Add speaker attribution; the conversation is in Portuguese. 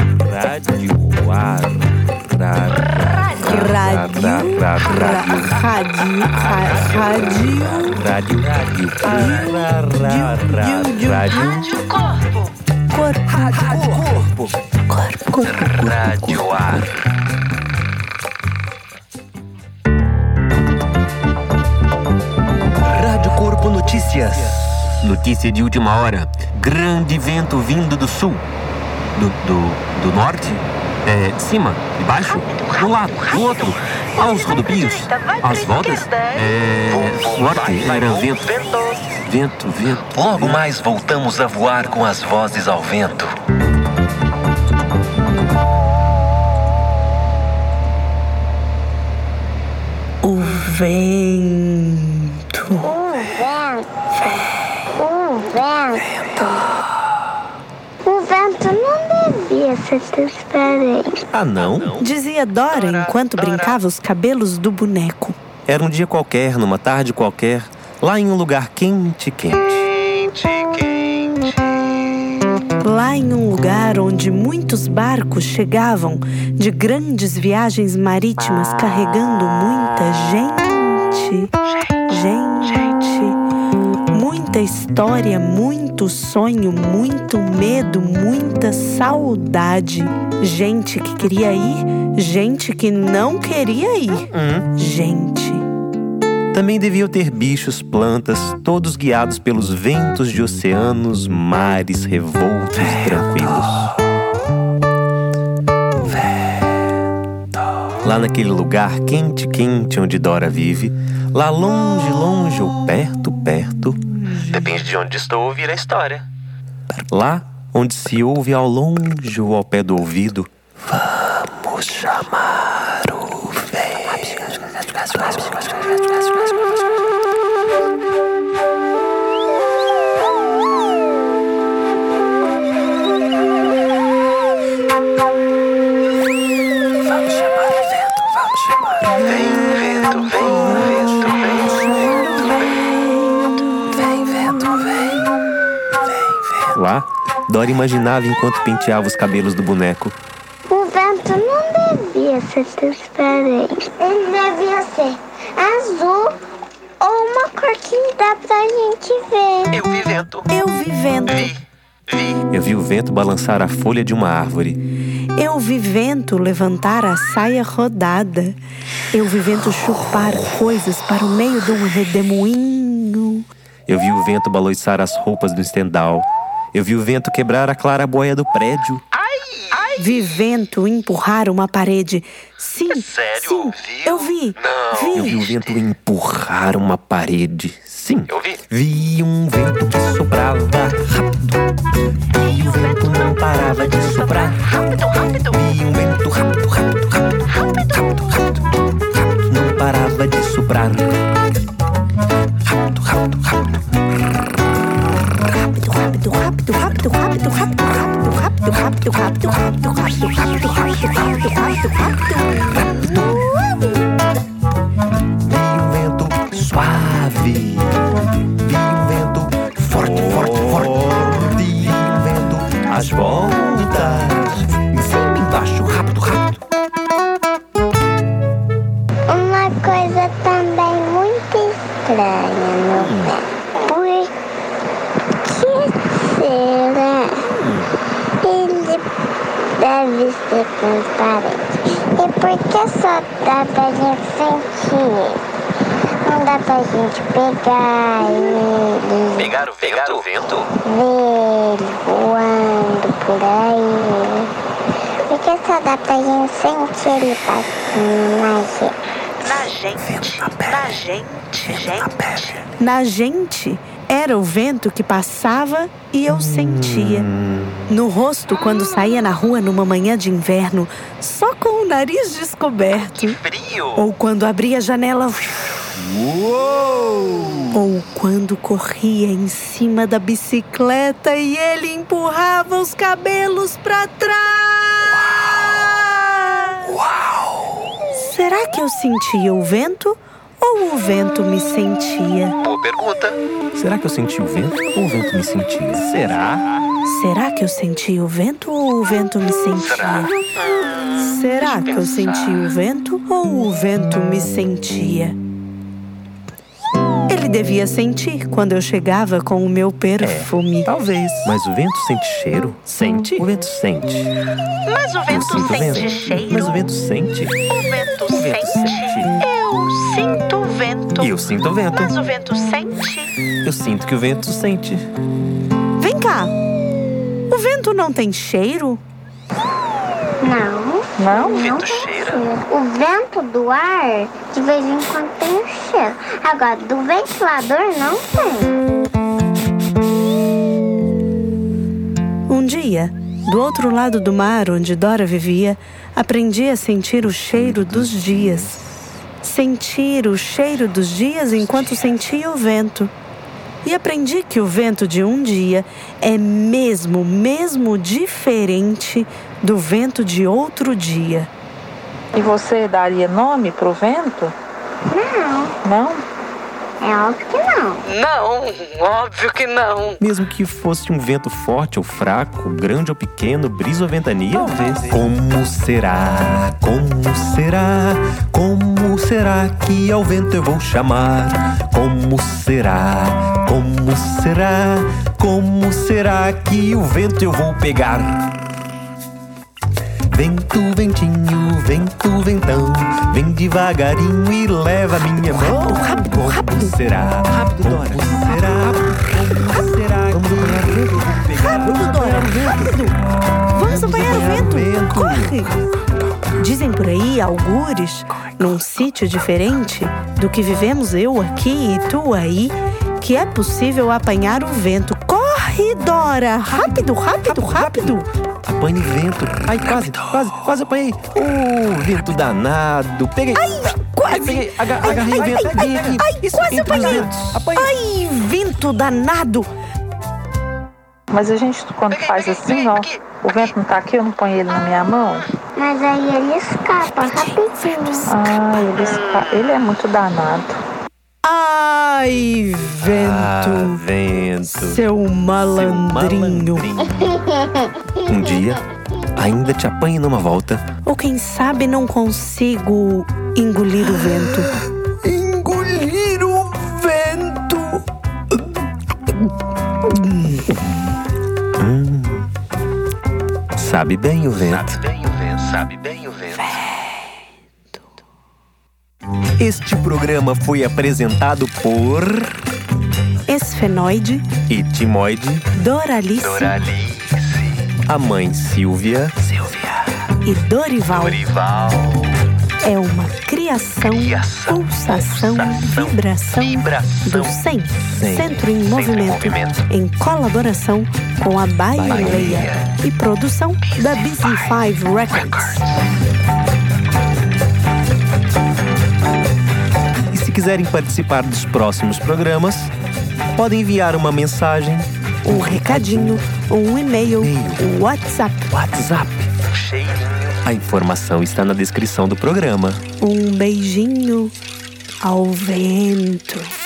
Speaker 1: Rádio ar.
Speaker 2: Rádio.
Speaker 1: Rádio.
Speaker 2: Ra-
Speaker 1: Rádio.
Speaker 2: Rádio. ra- Rádio.
Speaker 1: Rádio. Rádio. Rádio. Rádio.
Speaker 3: Rádio Corpo.
Speaker 1: Corpo.
Speaker 2: Corpo. Corpo.
Speaker 1: Rádio ar.
Speaker 4: Rádio Corpo Notícias. Notícia de última hora. Grande vento vindo do sul. Do, do, do norte? É, de cima, de baixo, de um lado, do outro. Aos rodopios, às voltas. É, forte, era vento. Vento, vento.
Speaker 5: Logo mais voltamos a voar com as vozes ao vento.
Speaker 2: O vento.
Speaker 6: O vento. O vento não devia ser transparente.
Speaker 4: Ah, não?
Speaker 2: Dizia Dora enquanto brincava os cabelos do boneco.
Speaker 4: Era um dia qualquer, numa tarde qualquer, lá em um lugar quente, quente.
Speaker 2: Lá em um lugar onde muitos barcos chegavam de grandes viagens marítimas carregando muita gente. Gente. Muita história, muito sonho, muito medo, muita saudade. Gente que queria ir, gente que não queria ir.
Speaker 4: Hum.
Speaker 2: Gente.
Speaker 4: Também deviam ter bichos, plantas, todos guiados pelos ventos de oceanos, mares revoltos e tranquilos. Lá naquele lugar quente, quente onde Dora vive, lá longe, longe ou perto, perto,
Speaker 5: Depende de onde estou ouvir a história.
Speaker 4: lá onde se ouve ao longe ou ao pé do ouvido, vamos chamar o vento. Lá, Dora imaginava enquanto penteava os cabelos do boneco.
Speaker 6: O vento não devia ser transparente. Ele devia ser azul ou uma cor que dá pra gente ver.
Speaker 5: Eu vi vento.
Speaker 2: Eu vi vento.
Speaker 4: Eu vi o vento balançar a folha de uma árvore.
Speaker 2: Eu vi vento levantar a saia rodada. Eu vi vento chupar coisas para o meio de um redemoinho.
Speaker 4: Eu vi o vento baloiçar as roupas do estendal. Eu vi o vento quebrar a clarabóia do prédio.
Speaker 2: Vi vento empurrar uma parede. Sim,
Speaker 5: É sério?
Speaker 2: sim,
Speaker 5: Viu?
Speaker 2: eu vi.
Speaker 5: Não.
Speaker 4: Eu vi um
Speaker 2: Vi.
Speaker 4: o vento empurrar uma parede. Sim.
Speaker 5: Eu vi.
Speaker 4: Vi um vento que soprava rápido.
Speaker 3: um
Speaker 4: E o vento não parava de soprar.
Speaker 3: Rápido, rápido.
Speaker 4: Vi um vento rápido, rápido, rápido, rápido, rápido, rápido. rápido. Não parava de soprar. Rápido, rápido, rápido.
Speaker 2: Rápido, rápido, rápido, rápido, rápido, rápido, rápido, rápido, rápido, rápido, rápido, rápido, rápido, rápido, rápido, rápido, rápido.
Speaker 4: Vi um vento suave. Vi um vento forte, forte, forte. Vi um vento às voltas. Em cima, embaixo, rápido, rápido.
Speaker 6: Uma coisa também muito estranha no vento. Por que será? Ele deve ser transparente. E por que só dá pra gente sentir? Não dá pra gente pegar ele,
Speaker 5: Pegar o vento. Pegar o vento.
Speaker 6: ver ele voando por aí. Por que só dá pra gente sentir ele passando na gente?
Speaker 3: Na gente. Na gente. Gente.
Speaker 2: Na gente era o vento que passava e eu sentia. No rosto, quando saía na rua numa manhã de inverno, só com o nariz descoberto.
Speaker 5: Frio.
Speaker 2: Ou quando abria a janela. Ou quando corria em cima da bicicleta e ele empurrava os cabelos pra trás. Será que eu sentia o vento ou o vento me sentia?
Speaker 5: Boa pergunta.
Speaker 4: Será que eu senti o vento ou o vento me sentia? Será?
Speaker 2: Será que eu senti o vento ou o vento me sentia? Será que eu senti o vento ou o vento me sentia? Ele devia sentir quando eu chegava com o meu
Speaker 4: tá
Speaker 2: perfume.
Speaker 4: Talvez. Mas o vento sente cheiro?
Speaker 7: Sente?
Speaker 4: O vento sente.
Speaker 3: Mas o vento
Speaker 4: Sinto o
Speaker 3: sente
Speaker 4: vento.
Speaker 3: cheiro.
Speaker 4: Mas o vento sente.
Speaker 3: O vento
Speaker 4: O vento
Speaker 3: sente.
Speaker 4: sente.
Speaker 3: Eu sinto o vento.
Speaker 4: E eu sinto o vento.
Speaker 3: Mas o vento sente.
Speaker 4: Eu sinto que o vento sente.
Speaker 2: Vem cá! O vento não tem cheiro?
Speaker 6: Não. Não? O vento cheira. O vento do ar, de vez em quando tem o cheiro. Agora, do ventilador não tem.
Speaker 2: Um dia, do outro lado do mar onde Dora vivia, aprendi a sentir o cheiro dos dias. Sentir o cheiro dos dias enquanto sentia o vento. E aprendi que o vento de um dia é mesmo, mesmo diferente do vento de outro dia.
Speaker 8: E você daria nome pro vento?
Speaker 6: Não.
Speaker 8: Não?
Speaker 6: É óbvio que não.
Speaker 3: Não, óbvio que não.
Speaker 4: Mesmo que fosse um vento forte ou fraco, grande ou pequeno, brisa ou ventania? Talvez. Como será? Como será? Como será que ao vento eu vou chamar? Como será? Como será? Como será que o vento eu vou pegar? Vento, ventinho, vento, ventão Vem devagarinho e leva minha mão Rápido, rápido, Como será? Rápido, Dora Como será? Como será? Vamos apanhar o vento Rápido, Dora
Speaker 2: Vamos apanhar o vento! Corre! Dizem por aí algures, num sítio diferente do que vivemos eu aqui e tu aí, que é possível apanhar o vento. Corre, Dora! Rápido, rápido, rápido!
Speaker 4: Apanhe vento Ai, quase, quase, quase apanhei Ô, vento danado Peguei
Speaker 2: Quase!
Speaker 4: peguei, aga-
Speaker 2: Ai,
Speaker 4: agarrei o
Speaker 2: ai,
Speaker 4: vento
Speaker 2: ai,
Speaker 4: peguei
Speaker 2: ai,
Speaker 4: aqui.
Speaker 2: ai,
Speaker 4: Isso,
Speaker 2: quase
Speaker 4: entre os
Speaker 2: apanhei!
Speaker 4: dedos. Apanhei.
Speaker 2: Ai, vento danado!
Speaker 8: Mas a gente, quando faz assim, ó, o vento não tá aqui, eu não ponho ele na minha mão.
Speaker 6: Mas aí ele escapa rapidinho.
Speaker 8: Ah, ele, esca- ele é muito danado.
Speaker 2: Ai,
Speaker 4: Ah,
Speaker 2: vento!
Speaker 4: vento
Speaker 2: seu malandrinho!
Speaker 4: Um dia, ainda te apanhe numa volta
Speaker 2: Ou quem sabe não consigo engolir o vento.
Speaker 4: Engolir o vento Sabe bem o vento
Speaker 9: bem o vento, sabe bem o vento.
Speaker 4: Este programa foi apresentado por
Speaker 2: Esfenoide,
Speaker 4: Itimoide,
Speaker 2: Doralice
Speaker 4: a mãe Silvia,
Speaker 2: e Dorival.
Speaker 9: Dorival,
Speaker 2: É uma criação,
Speaker 9: Criação,
Speaker 2: pulsação,
Speaker 9: pulsação,
Speaker 2: vibração,
Speaker 9: vibração
Speaker 2: do SEM,
Speaker 4: Sem,
Speaker 2: Centro em
Speaker 9: em
Speaker 2: Movimento,
Speaker 9: movimento.
Speaker 2: em colaboração com a Baileia e produção da Busy Five Records.
Speaker 4: e se quiserem participar dos próximos programas, podem enviar uma mensagem
Speaker 2: Um recadinho, um e-mail, um WhatsApp,
Speaker 4: WhatsApp. A informação está na descrição do programa.
Speaker 2: um beijinho ao vento.